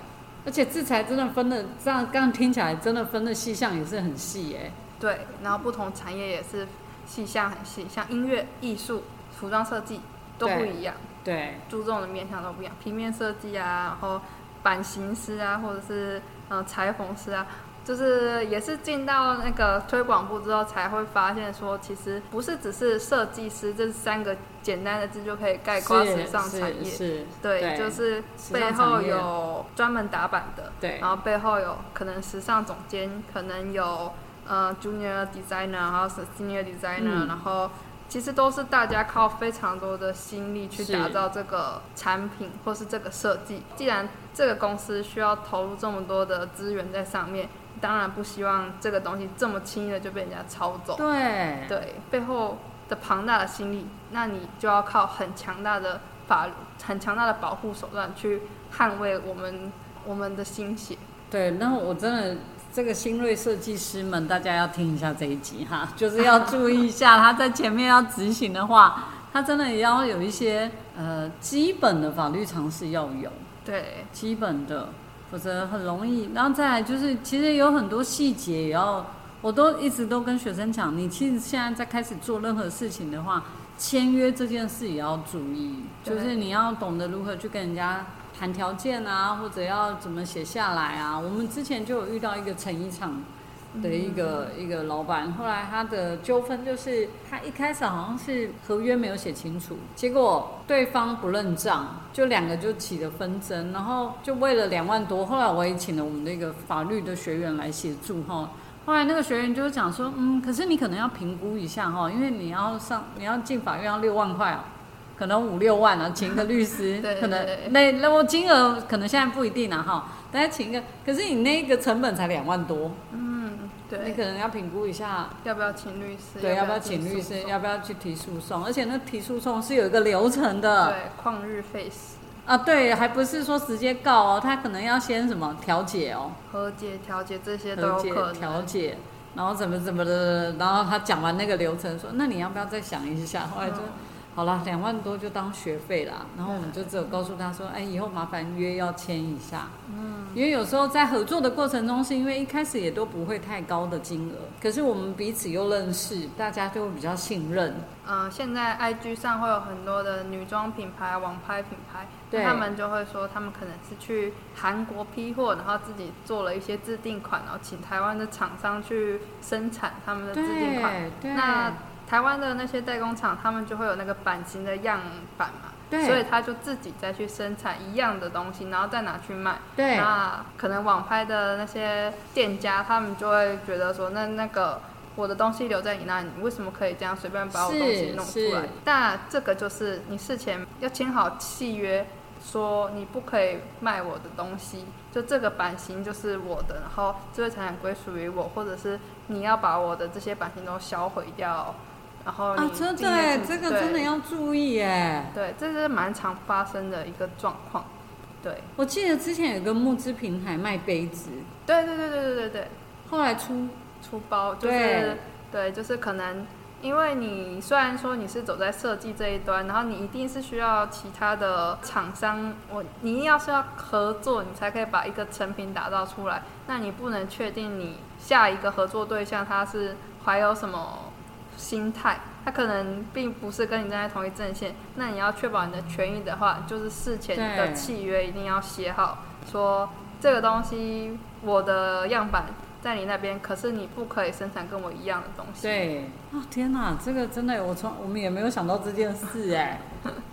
[SPEAKER 1] 而且制裁真的分的，这样刚刚听起来真的分的细项也是很细哎，
[SPEAKER 2] 对，然后不同产业也是细项很细，像音乐、艺术、服装设计啊都不
[SPEAKER 1] 对
[SPEAKER 2] 一样，
[SPEAKER 1] 对，
[SPEAKER 2] 注重的面向都不一样，平面设计啊，然后版型师啊，或者是呃裁缝师啊。就是也是进到那个推广部之后，才会发现说，其实不是只是设计师这三个简单的字就可以概括
[SPEAKER 1] 是
[SPEAKER 2] 时尚产
[SPEAKER 1] 是
[SPEAKER 2] 业。
[SPEAKER 1] 是，
[SPEAKER 2] 对，就是
[SPEAKER 1] 时
[SPEAKER 2] 背
[SPEAKER 1] 尚
[SPEAKER 2] 后
[SPEAKER 1] 产业
[SPEAKER 2] 有专门打版的，
[SPEAKER 1] 对
[SPEAKER 2] 然后背后有可能时尚总监，可能有呃 junior designer，然后是 senior designer，、
[SPEAKER 1] 嗯
[SPEAKER 2] 然后其实都是大家靠非常多的心力去
[SPEAKER 1] 是
[SPEAKER 2] 打造这个产品或是这个设计。既然这个公司需要投入这么多的资源在上面，当然不希望这个东西这么轻易的就被人家抄走。
[SPEAKER 1] 对
[SPEAKER 2] 对，背后的庞大的心力，那你就要靠很强大的法律、很强大的保护手段去捍卫我们我们的心血。
[SPEAKER 1] 对，那我真的。这个新锐设计师们，大家要听一下这一集哈， [LAUGHS] 就是要注意一下，他在前面要执行的话，他真的也要有一些呃基本的法律常识要有。
[SPEAKER 2] 对，
[SPEAKER 1] 基本的，否则很容易。然后再来就是，其实有很多细节也要，我都一直都跟学生讲，你其实现在在开始做任何事情的话，签约这件事也要注意，
[SPEAKER 2] 对
[SPEAKER 1] 就是你要懂得如何去跟人家谈条件啊，或者要怎么写下来啊。我们之前就有遇到一个成衣厂。的一个、一个老板，后来他的纠纷就是他一开始好像是合约没有写清楚，结果对方不认账，就两个就起了纷争，然后就为了两万多，后来我也请了我们的一个法律的学员来协助哈。后来那个学员就讲说，嗯，可是你可能要评估一下哈，因为你要上你要进法院要六万块哦，可能五六万啊，请个律师，
[SPEAKER 2] [LAUGHS] 对对
[SPEAKER 1] 可能
[SPEAKER 2] 对
[SPEAKER 1] 那那我金额可能现在不一定啊哈，大家请一个，可是你那个成本才两万多，
[SPEAKER 2] 嗯，
[SPEAKER 1] 你
[SPEAKER 2] 对，
[SPEAKER 1] 可能要评估一下，
[SPEAKER 2] 要不要请律师？
[SPEAKER 1] 对，要不要
[SPEAKER 2] 进
[SPEAKER 1] 请律
[SPEAKER 2] 诉
[SPEAKER 1] 师，
[SPEAKER 2] 讼
[SPEAKER 1] 要不要去提诉讼？而且那提诉讼是有一个流程的
[SPEAKER 2] 对，旷日费时，
[SPEAKER 1] 啊，对，还不是说直接告哦，他可能要先什么调解哦，
[SPEAKER 2] 和解、调解这些都
[SPEAKER 1] 和
[SPEAKER 2] 有
[SPEAKER 1] 解
[SPEAKER 2] 可
[SPEAKER 1] 调
[SPEAKER 2] 能。
[SPEAKER 1] 解，然后怎么怎么的，然后他讲完那个流程说，那你要不要再想一下？后来就
[SPEAKER 2] 嗯
[SPEAKER 1] 好啦，两万多就当学费啦。然后我们就只有告诉他说，哎，以后麻烦约要签一下。嗯，因为有时候在合作的过程中，是因为一开始也都不会太高的金额，可是我们彼此又认识，大家就会比较信任。
[SPEAKER 2] 呃，现在 IG 上会有很多的女装品牌、网拍品牌，
[SPEAKER 1] 对
[SPEAKER 2] 那他们就会说他们可能是去韩国批货，然后自己做了一些制定款，然后请台湾的厂商去生产他们的制定款。
[SPEAKER 1] 对对，
[SPEAKER 2] 那台湾的那些代工厂，他们就会有那个版型的样板嘛，
[SPEAKER 1] 对
[SPEAKER 2] 所以他就自己再去生产一样的东西，然后再拿去卖。
[SPEAKER 1] 对
[SPEAKER 2] 那可能网拍的那些店家，他们就会觉得说，那那个我的东西留在你那里，你为什么可以这样随便把我东西弄出
[SPEAKER 1] 是
[SPEAKER 2] 来
[SPEAKER 1] 是？
[SPEAKER 2] 那这个就是你事前要签好契约，说你不可以卖我的东西，就这个版型就是我的，然后这个财产归属于我，或者是你要把我的这些版型都销毁掉，然后你
[SPEAKER 1] 啊，真
[SPEAKER 2] 订
[SPEAKER 1] 的
[SPEAKER 2] 阅
[SPEAKER 1] 哎
[SPEAKER 2] 制
[SPEAKER 1] 这个
[SPEAKER 2] 对
[SPEAKER 1] 真的要注意哎。
[SPEAKER 2] 对，这是蛮常发生的一个状况。对，
[SPEAKER 1] 我记得之前有个募资平台卖杯子，
[SPEAKER 2] 对对对对对对对。
[SPEAKER 1] 后来出
[SPEAKER 2] 出包，就是
[SPEAKER 1] 对
[SPEAKER 2] 对就是可能因为你虽然说你是走在设计这一端，然后你一定是需要其他的厂商，我你一定要是要合作，你才可以把一个成品打造出来。那你不能确定你下一个合作对象他是怀有什么心态。他可能并不是跟你站在同一阵线，那你要确保你的权益的话，就是事前
[SPEAKER 1] 对
[SPEAKER 2] 的契约一定要写好，说这个东西我的样板在你那边，可是你不可以生产跟我一样的东西。
[SPEAKER 1] 对，哦天哪，这个真的我从我们也没有想到这件事哎。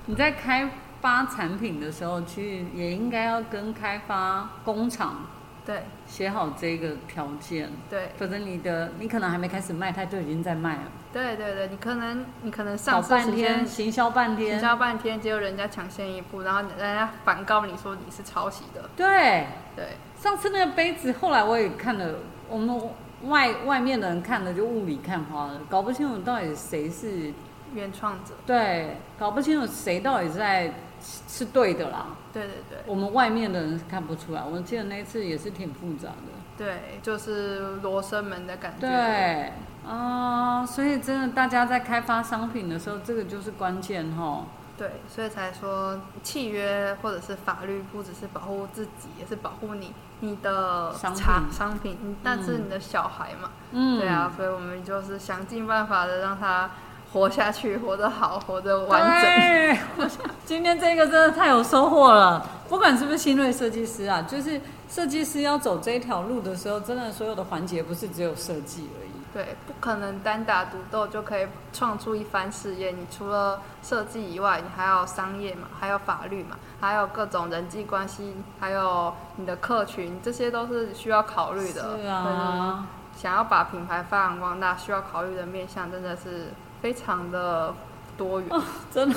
[SPEAKER 1] 你在开发产品的时候，去也应该要跟开发工厂
[SPEAKER 2] 对
[SPEAKER 1] 写好这个条件，
[SPEAKER 2] 对
[SPEAKER 1] 否则你的你可能还没开始卖，他就已经在卖了，
[SPEAKER 2] 对对对，你可能你可能
[SPEAKER 1] 搞
[SPEAKER 2] 上市
[SPEAKER 1] 半
[SPEAKER 2] 时
[SPEAKER 1] 天，
[SPEAKER 2] 间
[SPEAKER 1] 行销半
[SPEAKER 2] 营
[SPEAKER 1] 天，
[SPEAKER 2] 销半天，结果人家抢先一步，然后人家反告你说你是抄袭的。
[SPEAKER 1] 对。
[SPEAKER 2] 对
[SPEAKER 1] 上次那个杯子，后来我也看了，我们外外面的人看了就雾里看花了，搞不清楚到底谁是
[SPEAKER 2] 原创者，
[SPEAKER 1] 对，搞不清楚谁到底在是是对的啦。
[SPEAKER 2] 对对对
[SPEAKER 1] 我们外面的人是看不出来，我记得那一次也是挺复杂的。
[SPEAKER 2] 对，就是罗生门的感觉。
[SPEAKER 1] 对，啊、所以真的大家在开发商品的时候，这个就是关键吼。
[SPEAKER 2] 对，所以才说契约或者是法律不只是保护自己，也是保护你你的
[SPEAKER 1] 商品
[SPEAKER 2] 茶商品，你但是你的小孩嘛。
[SPEAKER 1] 嗯，
[SPEAKER 2] 对啊，所以我们就是想尽办法的让他活下去，活得好，活得
[SPEAKER 1] 对，
[SPEAKER 2] 完整。
[SPEAKER 1] 今天这个真的太有收获了，不管是不是新锐设计师啊，就是设计师要走这条路的时候，真的所有的环节不是只有设计而已。
[SPEAKER 2] 对，不可能单打独斗就可以创出一番事业。你除了设计以外，你还有商业嘛，还有法律嘛，还有各种人际关系，还有你的客群，这些都是需要考虑的。
[SPEAKER 1] 是啊，
[SPEAKER 2] 对，想要把品牌发扬光大，需要考虑的面向真的是非常的多
[SPEAKER 1] 哦
[SPEAKER 2] 元。
[SPEAKER 1] 真的。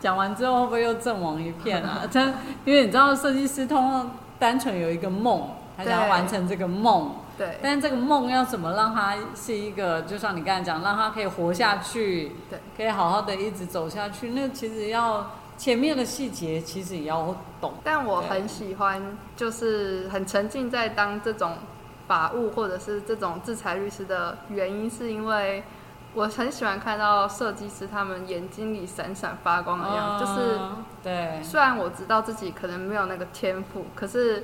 [SPEAKER 1] 讲完之后会不会又阵亡一片
[SPEAKER 2] [LAUGHS]
[SPEAKER 1] 啊？真，因为你知道设计师通常单纯有一个梦，他想要
[SPEAKER 2] 对
[SPEAKER 1] 完成这个梦，
[SPEAKER 2] 对
[SPEAKER 1] 但是这个梦要怎么让它是一个，就像你刚才讲，让它可以活下去，
[SPEAKER 2] 对，
[SPEAKER 1] 可以好好的一直走下去，那其实要前面的细节其实也要懂。
[SPEAKER 2] 但我
[SPEAKER 1] 对
[SPEAKER 2] 很喜欢，就是很沉浸在当这种法务或者是这种制裁律师的原因，是因为我很喜欢看到设计师他们眼睛里闪闪发光的样子。就是
[SPEAKER 1] 嗯对，
[SPEAKER 2] 虽然我知道自己可能没有那个天赋，可是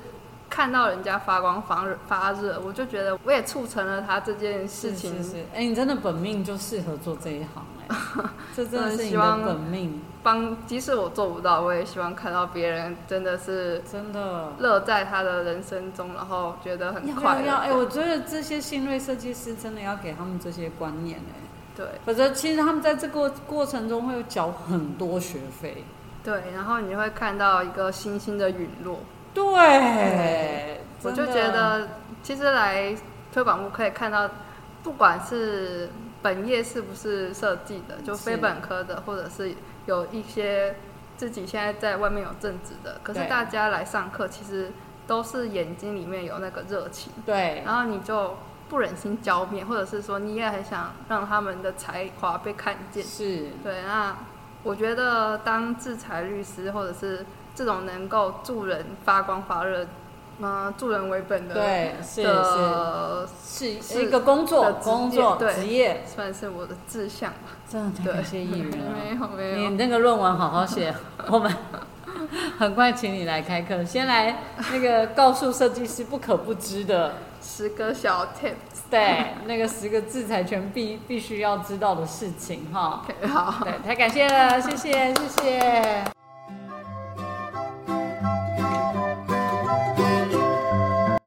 [SPEAKER 2] 看到人家发光发热发热，我就觉得我也促成了他这件事情。
[SPEAKER 1] 是是是，哎、你真的本命就适合做这一行哎、
[SPEAKER 2] [LAUGHS]
[SPEAKER 1] 这真的是你
[SPEAKER 2] 希
[SPEAKER 1] 的
[SPEAKER 2] 望
[SPEAKER 1] 本命，
[SPEAKER 2] 帮，即使我做不到，我也希望看到别人真的是
[SPEAKER 1] 真的。
[SPEAKER 2] 乐在他的人生中，然后觉得很
[SPEAKER 1] 要
[SPEAKER 2] 快
[SPEAKER 1] 要
[SPEAKER 2] 乐。
[SPEAKER 1] 要！哎、我觉得这些新锐设计师真的要给他们这些观念哎、
[SPEAKER 2] 对。
[SPEAKER 1] 否则其实他们在这个过程中会有缴很多学费。
[SPEAKER 2] 对，然后你会看到一个星星的陨落，
[SPEAKER 1] 对，
[SPEAKER 2] 我
[SPEAKER 1] 真
[SPEAKER 2] 就
[SPEAKER 1] 的
[SPEAKER 2] 觉得其实来推广部可以看到，不管是本业是不是设计的，就是非本科的，或者是有一些自己现在在外面有正职的，可是
[SPEAKER 1] 对
[SPEAKER 2] 大家来上课其实都是眼睛里面有那个热情，
[SPEAKER 1] 对
[SPEAKER 2] 然后你就不忍心浇灭，或者是说你也很想让他们的才华被看见，
[SPEAKER 1] 是，
[SPEAKER 2] 对，那我觉得当制裁律师或者是这种能够助人发光发热呃助人为本的，
[SPEAKER 1] 对，是是
[SPEAKER 2] 的
[SPEAKER 1] 是
[SPEAKER 2] 是
[SPEAKER 1] 是一个工作
[SPEAKER 2] 的职业
[SPEAKER 1] 工作
[SPEAKER 2] 对
[SPEAKER 1] 职业，
[SPEAKER 2] 算是我的志向吧。
[SPEAKER 1] 真的太
[SPEAKER 2] 对
[SPEAKER 1] 感谢易云了。
[SPEAKER 2] [LAUGHS] 没有
[SPEAKER 1] [LAUGHS]
[SPEAKER 2] 没
[SPEAKER 1] 你
[SPEAKER 2] 有，
[SPEAKER 1] 那个论文好好写， [LAUGHS] 我们很快请你来开课。先来那个告诉设计师不可不知的，
[SPEAKER 2] 十个小 tips。
[SPEAKER 1] 对那个十个制裁权必必须要知道的事情哈。
[SPEAKER 2] OK，好。
[SPEAKER 1] 对，太感谢了，谢谢，谢谢。